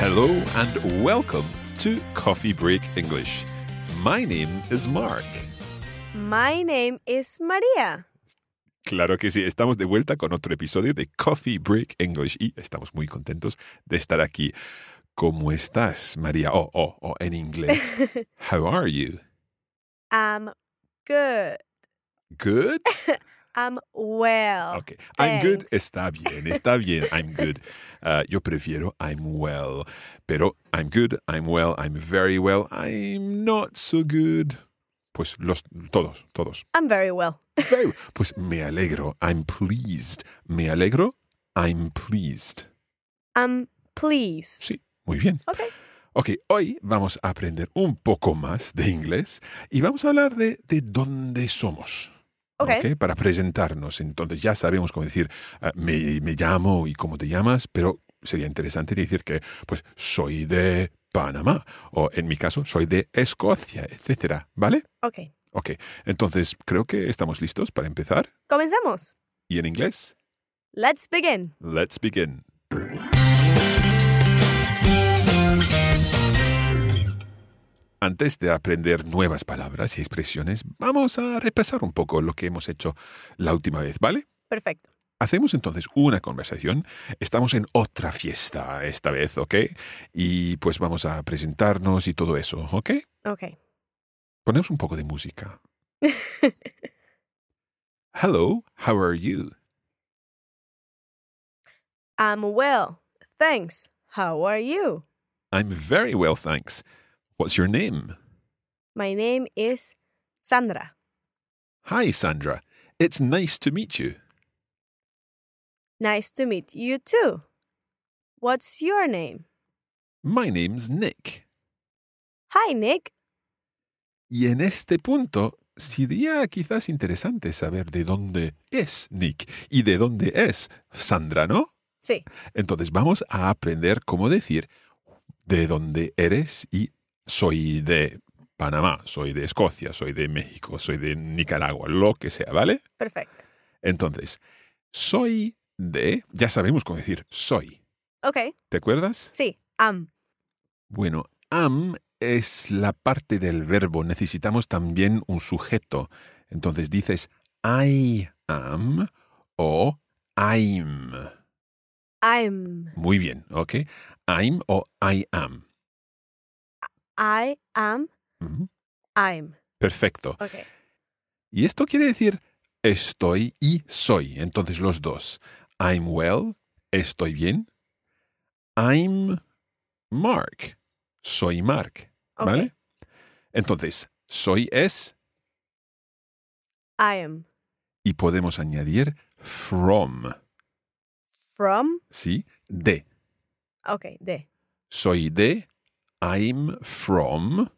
Hello and welcome to Coffee Break English. My name is Mark. My name is María. Claro que sí, estamos de vuelta con otro episodio de Coffee Break English y estamos muy contentos de estar aquí. ¿Cómo estás, María? Oh, oh, oh, en inglés. How are you? I'm good. Good? I'm well. Okay. I'm good. Oh, Thanks. Está bien, está bien. I'm good. Uh, yo prefiero I'm well. Pero I'm good, I'm well, I'm very well, I'm not so good. Pues los todos, todos. I'm very well. Very- Pues me alegro. I'm pleased. Me alegro. I'm pleased. I'm pleased. Sí, muy bien. Okay. Ok, hoy vamos a aprender un poco más de inglés y vamos a hablar de, de dónde somos. Ok. ok, Para presentarnos. Entonces ya sabemos cómo decir ah, me, me llamo y cómo te llamas, pero sería interesante decir que pues soy de Panamá o en mi caso soy de Escocia, etcétera, ¿vale? Ok. Ok, entonces creo que estamos listos para empezar. Comencemos. ¿Y en inglés? Let's begin. Let's begin. Antes de aprender nuevas palabras y expresiones, vamos a repasar un poco lo que hemos hecho la última vez, ¿vale? Perfecto. Hacemos entonces una conversación, estamos en otra fiesta esta vez, ¿ok? Y pues vamos a presentarnos y todo eso, ¿ok? Ok. Ponemos un poco de música. Hello, how are you? I'm well. Thanks. How are you? I'm very well, thanks. What's your name? My name is Sandra. Hi, Sandra. It's nice to meet you. Nice to meet you too. What's your name? My name's Nick. Hi, Nick. Y en este punto sería quizás interesante saber de dónde es Nick y de dónde es Sandra, ¿no? Sí. Entonces vamos a aprender cómo decir de dónde eres y soy de Panamá, soy de Escocia, soy de México, soy de Nicaragua, lo que sea, ¿vale? Perfecto. Entonces, soy de, ya sabemos cómo decir soy, Ok. ¿te acuerdas? Sí. Am. Bueno, am es la parte del verbo. Necesitamos también un sujeto. Entonces dices I am o I'm. I'm. Muy bien, ¿ok? I'm o I am. I am. Ujú, I'm. Perfecto. Okay. Y esto quiere decir estoy y soy. Entonces los dos. I'm well, estoy bien. I'm Mark, soy Mark. Ok. ¿Vale? Entonces, soy es I am y podemos añadir from, from. ¿sí? De. Okay. De. Soy de, I'm from.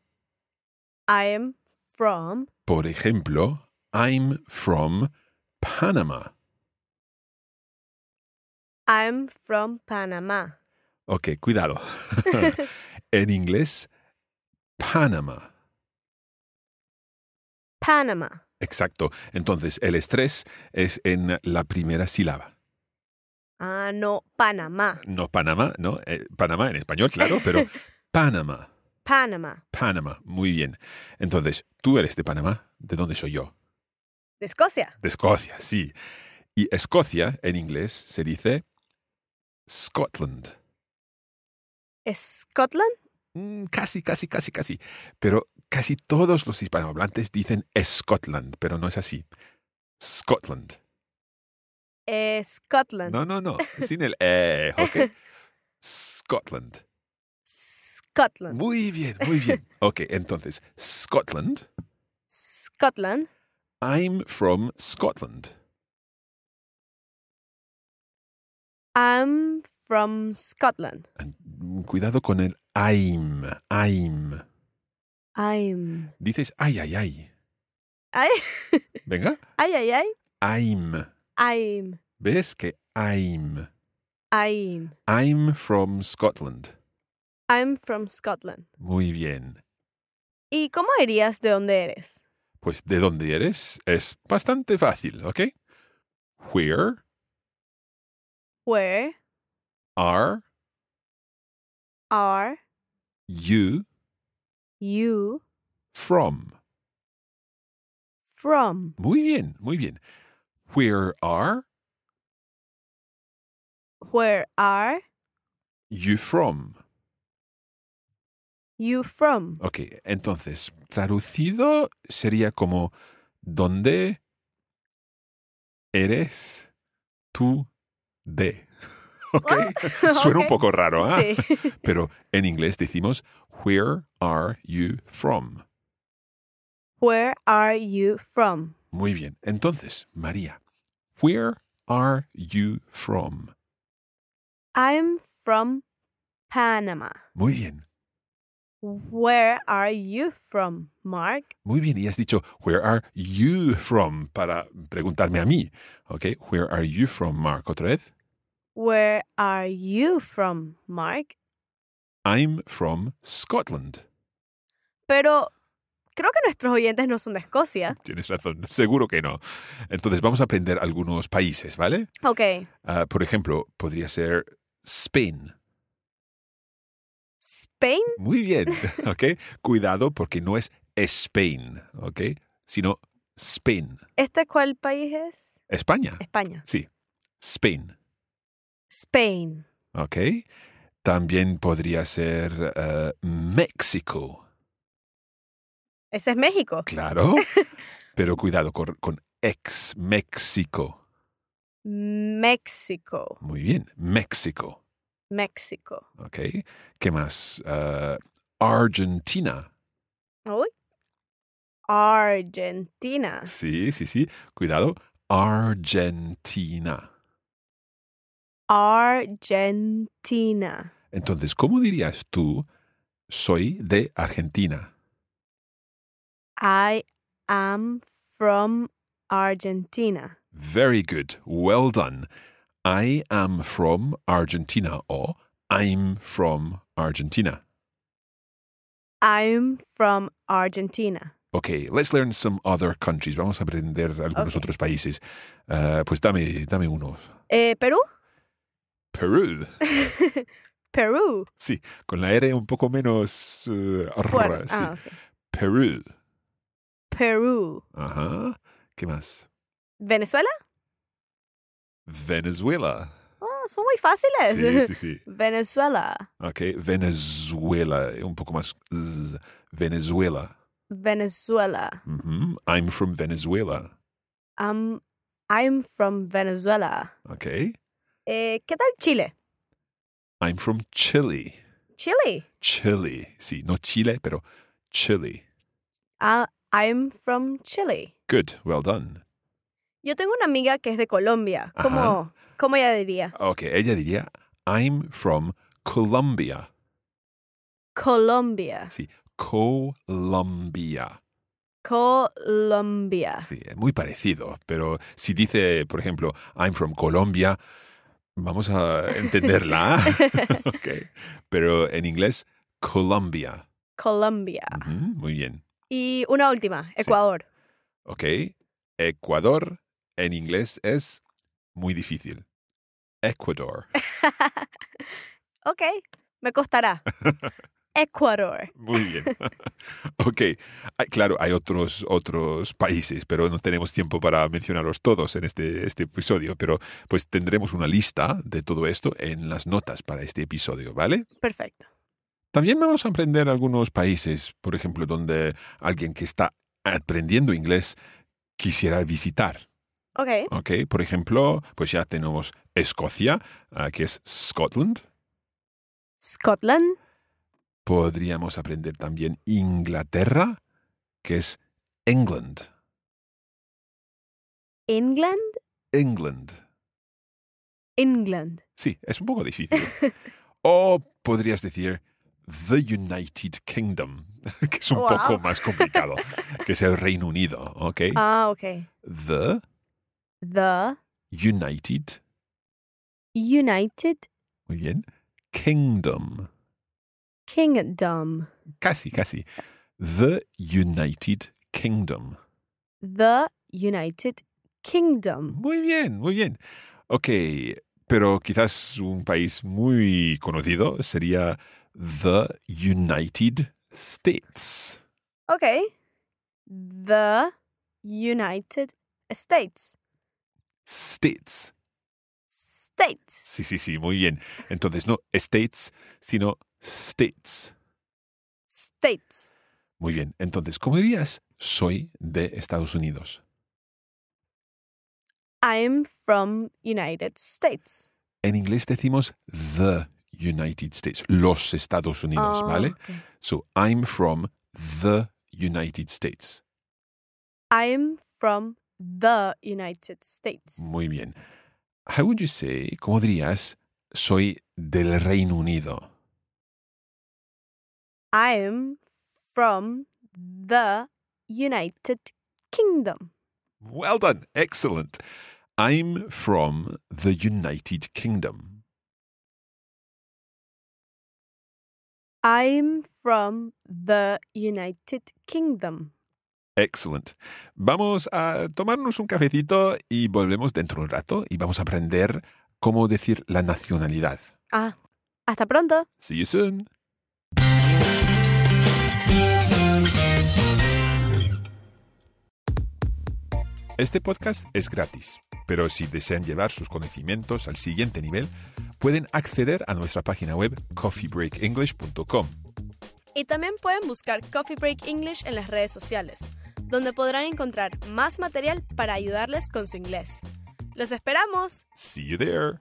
I am from Por ejemplo, I'm from Panama. I'm from Panama. Ok, cuidado. en inglés, Panama. Panama. Exacto. Entonces, el estrés es en la primera sílaba. Ah, no, Panamá. No Panamá, ¿no? Eh, Panamá en español, claro, pero Panamá. Panamá. Panamá, muy bien. Entonces, tú eres de Panamá, ¿de dónde soy yo? De Escocia. De Escocia, sí. Y Escocia en inglés se dice Scotland. Scotland. Mm, Casi, casi, casi, casi. Pero casi todos los hispanohablantes dicen Scotland, pero no es así. Scotland. Eh, Scotland. No, no, no. Sin el E, ¿ok? Scotland. Scotland. Muy bien, muy bien. Ok, entonces, Scotland. Scotland. I'm from Scotland. I'm from Scotland. Mm, Cuidado con el I'm, I'm. I'm. Dices ay, ay, ay. Ay, Venga, ay, ay, ay. I'm. I'm. ¿Ves que I'm? I'm. I'm from Scotland. I'm from Scotland. Muy bien. ¿Y cómo dirías de dónde eres? Pues, ¿de dónde eres? Es bastante fácil, ¿ok? Where Where are are you you from? from? Muy bien, muy bien. Where are Where are you from? you from? Ok, entonces, traducido sería como ¿dónde eres tú de? Ok, Ah, suena un ok. poco raro, ¿ah? Sí. Pero en inglés decimos Where are you from? Where are you from? Muy bien, entonces, María, Where are you from? I'm from Panama. Muy bien, Where are you from, Mark? muy bien, y has dicho Where are you from? para preguntarme a mí. Ok, Where are you from, Mark? Otra vez. Where are you from, Mark? I'm from Scotland. Pero creo que nuestros oyentes no son de Escocia. Tienes razón, seguro que no. Entonces vamos a aprender algunos países, ¿vale? Ok. Ah, por ejemplo, podría ser Spain. Spain. Muy bien, ¿ok? Cuidado porque no es Spain, ¿ok? Sino Spain, ¿Este cuál país es? España. España. Sí, Spain, Spain. ¿ok? También podría ser eh, México, Ese es México. claro. Pero cuidado con, con ex México. México. Muy bien, México. México. ¿Ok? ¿Qué más? Eh, Argentina. Uy. Argentina. Sí, sí, sí. Cuidado. Argentina. Argentina. Entonces, ¿cómo dirías tú, soy de Argentina? I am from Argentina. Very good. Well done. I am from Argentina o I'm from Argentina. I'm from Argentina. Ok, let's learn some other countries. Vamos a aprender algunos Ok. otros países. Eh, pues dame, dame unos. Eh, Perú. Perú. Perú. Sí, con la R un poco menos eh, Fuerte. rara, sí. Ah, ok. Perú. Perú. Ajá. ¿Qué más? Venezuela. Venezuela. Oh, son muy fáciles. Sí, sí, sí. Venezuela. Ok, Venezuela. um Un poco más. z. Venezuela. Venezuela. Ujú, I'm from Venezuela. Um, I'm from Venezuela. Ok. Eh, ¿Qué tal Chile? I'm from Chile. Chile. Chile. Sí, no Chile, pero Chile. Ah, I'm from Chile. Good. Well done. Yo tengo una amiga que es de Colombia. ¿Cómo, Ajá. ¿cómo ella diría? Ok, ella diría, I'm from Colombia. Colombia. Sí, Colombia. Colombia. Sí, es muy parecido, pero si dice, por ejemplo, I'm from Colombia, vamos a entenderla. ok. Pero en inglés, Colombia. Colombia. Ujú, muy bien. Y una última, Ecuador. Ok. Ecuador en inglés es muy difícil. Ecuador. Ok, me costará. Ecuador. Muy bien. ok. Hay- claro, hay otros, otros países, pero no tenemos tiempo para mencionarlos todos en este, este episodio. Pero pues tendremos una lista de todo esto en las notas para este episodio, ¿vale? Perfecto. También vamos a aprender algunos países, por ejemplo, donde alguien que está aprendiendo inglés quisiera visitar. Ok. ¿ok? Por ejemplo, pues ya tenemos Escocia, ah, que es Scotland. Scotland. Podríamos aprender también Inglaterra, que es England. England. England. England. Sí, es un poco difícil. o podrías decir The United Kingdom, que es un Wow. poco más complicado, que es el Reino Unido, ¿ok? Ah, ok. The The United, United muy bien, Kingdom, Kingdom. casi, casi. The United Kingdom. The United Kingdom. Muy bien, muy bien. Ok, pero quizás un país muy conocido sería The United States. Ok. The United States. States. States. Sí, sí, sí, muy bien. Entonces, no states, sino states. States. Muy bien. Entonces, ¿cómo dirías? Soy de Estados Unidos. I'm from United States. En inglés decimos the United States, los Estados Unidos, Ah, ¿vale? ok. So, I'm from the United States. I'm from the United States. Muy bien. How would you say, ¿cómo dirías? Soy del Reino Unido. I'm from the United Kingdom. Well done. Excellent. I'm from the United Kingdom. I'm from the United Kingdom. Excellent. Vamos a tomarnos un cafecito y volvemos dentro de un rato y vamos a aprender cómo decir la nacionalidad. Ah, hasta pronto. See you soon. Este podcast es gratis, pero si desean llevar sus conocimientos al siguiente nivel, pueden acceder a nuestra página web coffeebreakenglish.com. Y también pueden buscar Coffee Break English en las redes sociales, donde podrán encontrar más material para ayudarles con su inglés. ¡Los esperamos! See you there.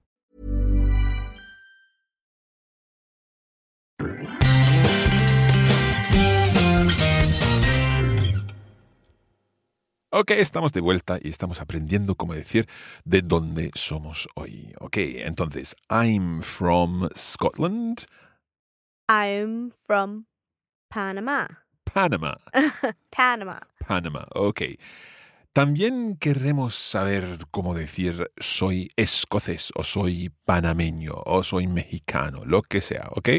Ok, estamos de vuelta y estamos aprendiendo cómo decir de dónde somos hoy. Ok, entonces, I'm from Scotland, I'm from Panama. Panama. Panama. Panama. Ok. También querremos saber cómo decir soy escocés o soy panameño o soy mexicano, lo que sea, ¿ok?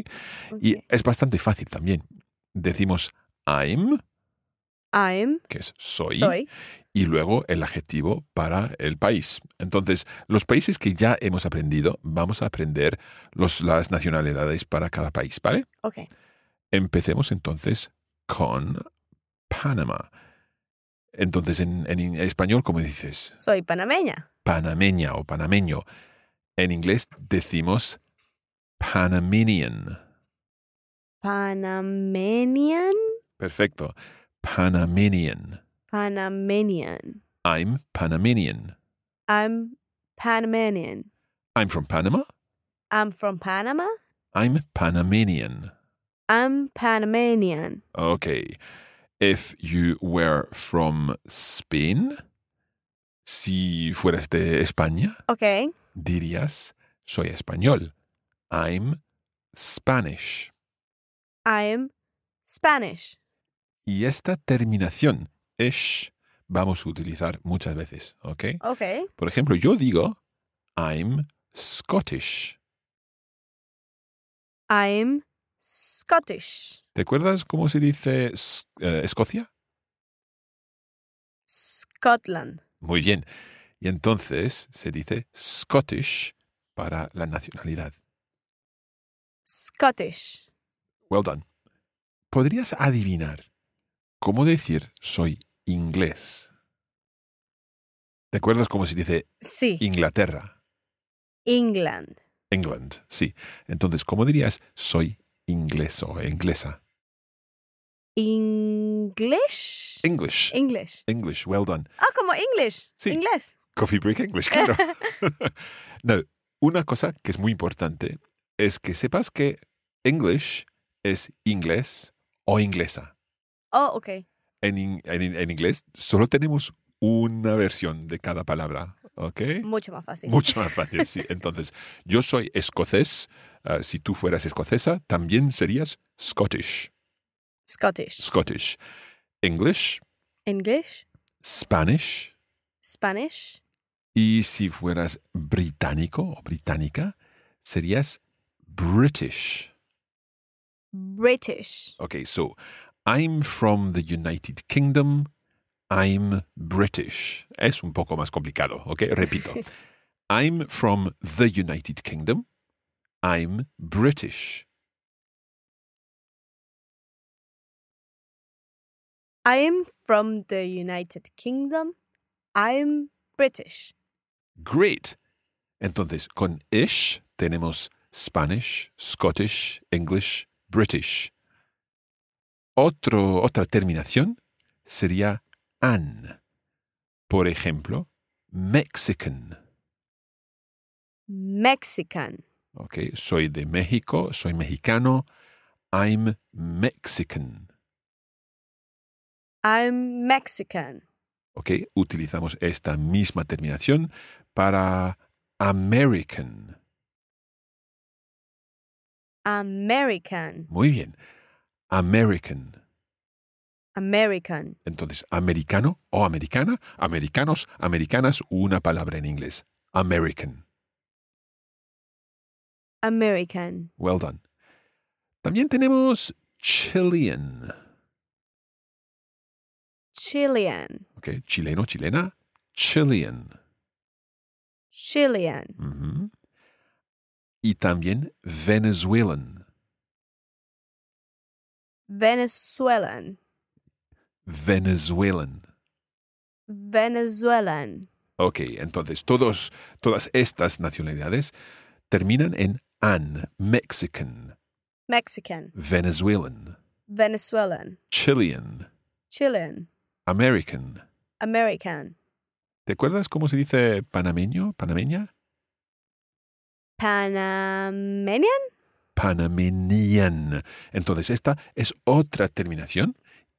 Y es bastante fácil también. Decimos I'm, I'm, que es soy, soy, y luego el adjetivo para el país. Entonces, los países que ya hemos aprendido, vamos a aprender los- las nacionalidades para cada país, ¿vale? ok. Empecemos entonces con Panamá. Entonces, en, en español, ¿cómo dices? Soy panameña. Panameña o panameño. En inglés decimos Panamanian. Panamanian, Perfecto. Panamanian. Panamanian. I'm Panamanian. I'm Panamanian. I'm from Panama. I'm from Panama. I'm Panamanian. I'm Panamanian. Okay. If you were from Spain, si fueras de España, Ok. dirías soy español. I'm Spanish. I'm Spanish. Y esta terminación, ish, vamos a utilizar muchas veces, ¿ok? Ok. Por ejemplo, yo digo I'm Scottish. I'm Scottish. ¿Te acuerdas cómo se dice S- eh, Escocia? Scotland. Muy bien. Y entonces se dice Scottish para la nacionalidad. Scottish. Well done. ¿Podrías adivinar cómo decir soy inglés? ¿Te acuerdas cómo se dice Sí. Inglaterra? England. England, sí. Entonces, ¿cómo dirías soy inglés o inglesa? English. Eh. English. English. English, well done. Ah, como English. Sí. Inglés. Coffee break English, claro. no, una cosa que es muy importante es que sepas que English es inglés o inglesa. Oh, ok. En, in- en- en inglés solo tenemos una versión de cada palabra, ¿ok? Mucho más fácil. Mucho más fácil, sí. Entonces, yo soy escocés. ah, si tú fueras escocesa, también serías Scottish. Scottish. Scottish. English, English. Spanish. Spanish. Y si fueras británico o británica, serías British. British. Okay, so I'm from the United Kingdom. I'm British. Es un poco más complicado, ¿ok? Repito. I'm from the United Kingdom. I'm British. I'm from the United Kingdom. I'm British. Great. Entonces, con ish tenemos Spanish, Scottish, English, British. Otro, otra terminación sería an. Por ejemplo, Mexican. Mexican. Okay, soy de México, soy mexicano. I'm Mexican. I'm Mexican. Okay, utilizamos esta misma terminación para American. American. Muy bien. American. American. Entonces, americano o americana, americanos, americanas, una palabra en inglés. American. American. Well done. También tenemos Chilean. Chilean. Okay, chileno, chilena. Chilean. Chilean. Ujú. Y también Venezuelan. Venezuelan. Venezuelan. Venezuelan. Ok, entonces todos, todas estas nacionalidades terminan en an, Mexican, Mexican. Venezuelan, Venezuelan. Chilean, Chilean. American. American. ¿Te acuerdas cómo se dice panameño, panameña? Panamanian? Panamanian. Entonces esta es otra terminación,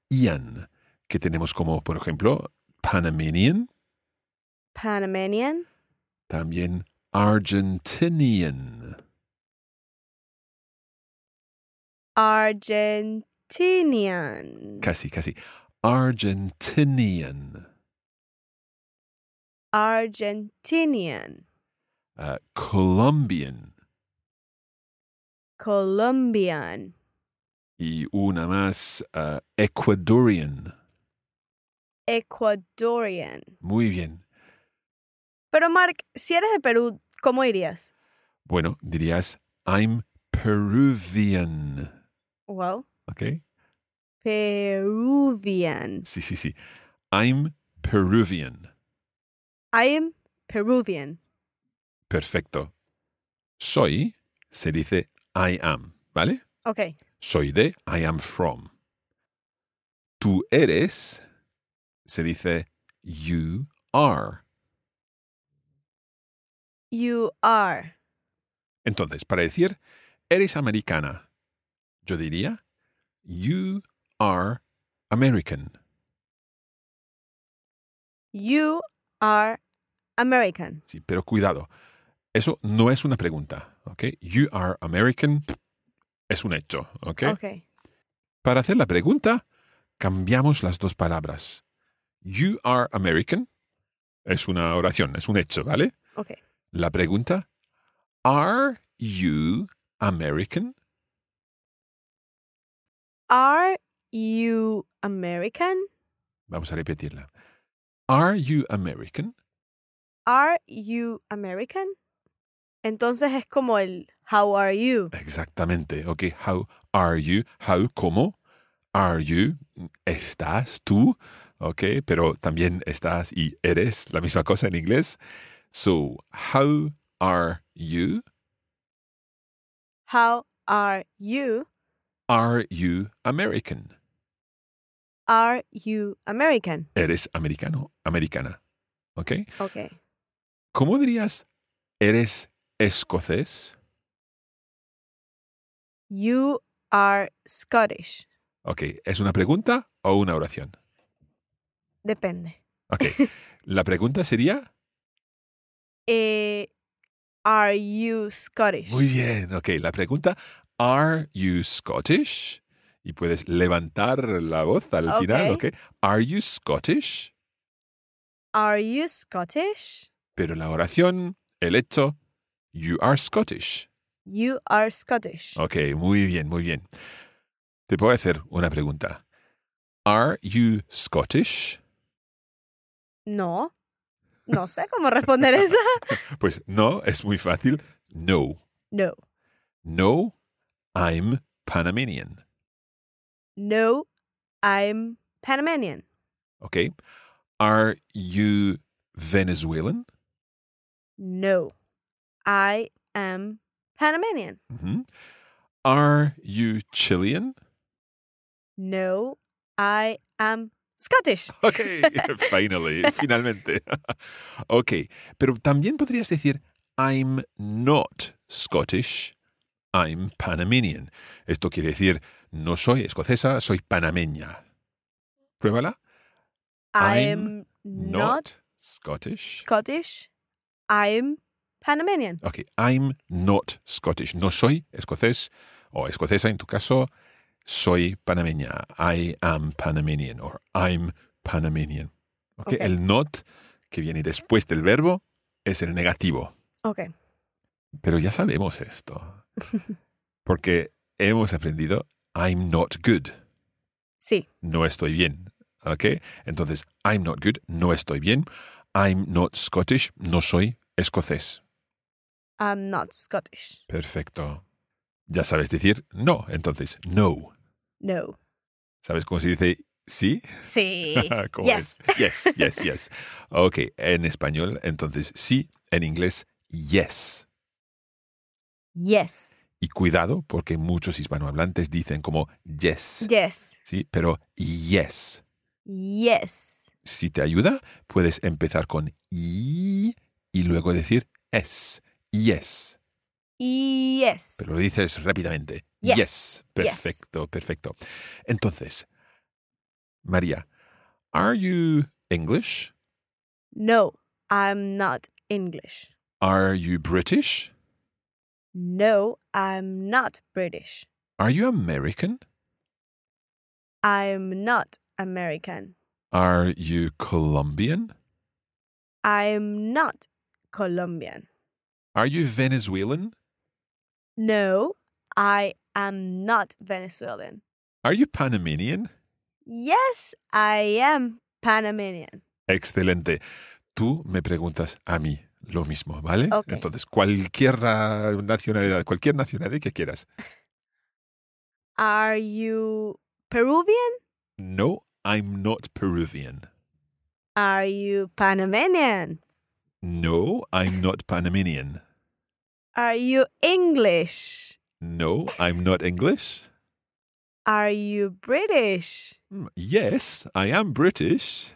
ian, que tenemos como, por ejemplo, Panamanian, Panamanian. también Argentinian. Argentinian. Casi, casi. Argentinian. Argentinian, uh, Colombian Colombian, y una más uh, Ecuadorian. Ecuadorian. Muy bien. Pero Mark, si eres de Perú, ¿cómo dirías? Bueno, dirías I'm Peruvian. Wow. ¿Ok? Peruvian. Sí, sí, sí. I'm Peruvian. I am Peruvian. Perfecto. Soy se dice I am, ¿vale? Ok. Soy de I am from. Tú eres se dice you are. You are Entonces, para decir eres americana, yo diría you are American. You are American. Sí, pero cuidado. Eso no es una pregunta, ¿ok? You are American es un hecho, ¿ok? Okay. Para hacer la pregunta, cambiamos las dos palabras. You are American es una oración, es un hecho, ¿vale? Okay. La pregunta, are you American? Are you American? Vamos a repetirla. Are you American? Are you American? Entonces es como el How are you? Exactamente, ¿ok? How are you? How, ¿cómo? Are you? ¿Estás tú? ¿Ok? Pero también estás y eres, la misma cosa en inglés. So, how are you? How are you? Are you American? Are you American? Eres americano, americana. ¿Ok? Okay. ¿Cómo dirías eres escocés? You are Scottish. Ok, ¿es una pregunta o una oración? Depende. Ok, la pregunta sería... Eh, are you Scottish? Muy bien, ok, la pregunta, ¿Are you Scottish? Y puedes levantar la voz al Ok. final, ¿ok? ¿Are you Scottish? Are you Scottish? Pero la oración, el hecho, you are Scottish. You are Scottish. Ok, muy bien, muy bien. Te puedo hacer una pregunta. ¿Are you Scottish? No. No sé cómo responder esa. Pues no, es muy fácil. No. No. No, I'm Panamanian. No, I'm Panamanian. Ok. Are you Venezuelan? No, I am Panamanian. Ujú. Are you Chilean? No, I am Scottish. Ok, finally, finalmente. ok, pero también podrías decir I'm not Scottish, I'm Panamanian. Esto quiere decir no soy escocesa, soy panameña. Pruébala. I I'm am not Scottish. Scottish. I'm Panamanian. Ok, I'm not Scottish. No soy escocés o escocesa en tu caso. Soy panameña. I am Panamanian or I'm Panamanian. Ok, Ok. El not que viene después del verbo es el negativo. Okay. Pero ya sabemos esto. Porque hemos aprendido I'm not good. Sí. No estoy bien. ¿Ok? Entonces, I'm not good. No estoy bien. I'm not Scottish. No soy escocés. I'm not Scottish. Perfecto. Ya sabes decir no, entonces no. No. ¿Sabes cómo se dice sí? Sí. ¿Cómo yes. es? Yes, yes, yes. Ok, en español, entonces sí, en inglés, yes. Yes. Y cuidado, porque muchos hispanohablantes dicen como yes. Yes. Sí, pero yes. Yes. Si te ayuda, puedes empezar con i y luego decir es. Yes. Yes. Pero lo dices rápidamente. Yes. Perfecto, perfecto. Entonces, María, ¿are you English? No, I'm not English. ¿Are you British? No, I'm not British. ¿Are you American? I'm not American. ¿Are you Colombian? I'm not Colombian. Are you Venezuelan? No, I am not Venezuelan. Are you Panamanian? Yes, I am Panamanian. Excelente. Tú me preguntas a mí lo mismo, ¿vale? Ok. Entonces, cualquier ah, nacionalidad, cualquier nacionalidad que quieras. Are you Peruvian? No, I'm not Peruvian. Are you Panamanian? No, I'm not Panamanian. Are you English? No, I'm not English. Are you British? Hmm, Yes, I am British.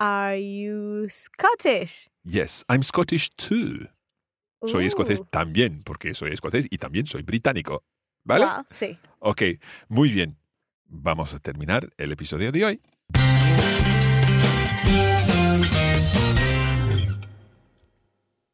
Are you Scottish? Yes, I'm Scottish too. Soy escocés Ooh. también, porque soy escocés y también soy británico. ¿Vale? Wow, sí. Ok, muy bien. Vamos a terminar el episodio de hoy.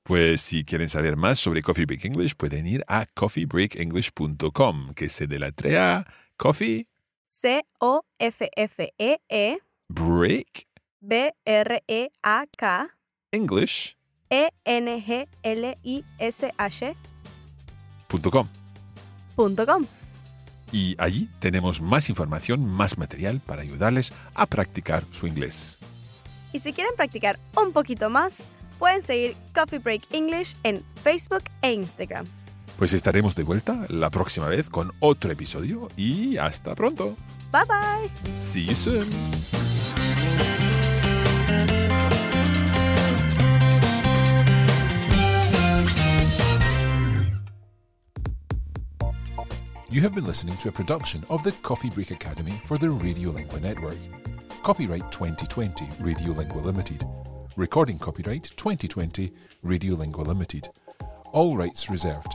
Pues si quieren saber más sobre Coffee Break English, pueden ir a coffeebreakenglish.com, que se deletrea Coffee C-O-F-F-E-E. Break B-R-E-A-K English.com. E-N-G-L-I-S-H punto com. Y allí tenemos más información, más material para ayudarles a practicar su inglés. Y si quieren practicar un poquito más, pueden seguir Coffee Break English en Facebook e Instagram. Pues estaremos de vuelta la próxima vez con otro episodio y hasta pronto. Bye bye. See you soon. You have been listening to a production of the Coffee Break Academy for the Radiolingua Network. Copyright 2020 Radiolingua Limited. Recording copyright 2020 Radiolingua Limited. All rights reserved.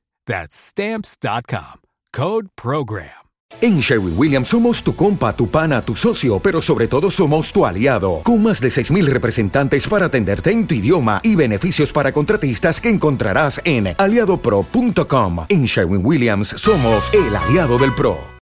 That's stamps.com. Code Program. En Sherwin Williams somos tu compa, tu pana, tu socio, pero sobre todo somos tu aliado, con más de 6.000 representantes para atenderte en tu idioma y beneficios para contratistas que encontrarás en aliadopro.com. En Sherwin Williams somos el aliado del PRO.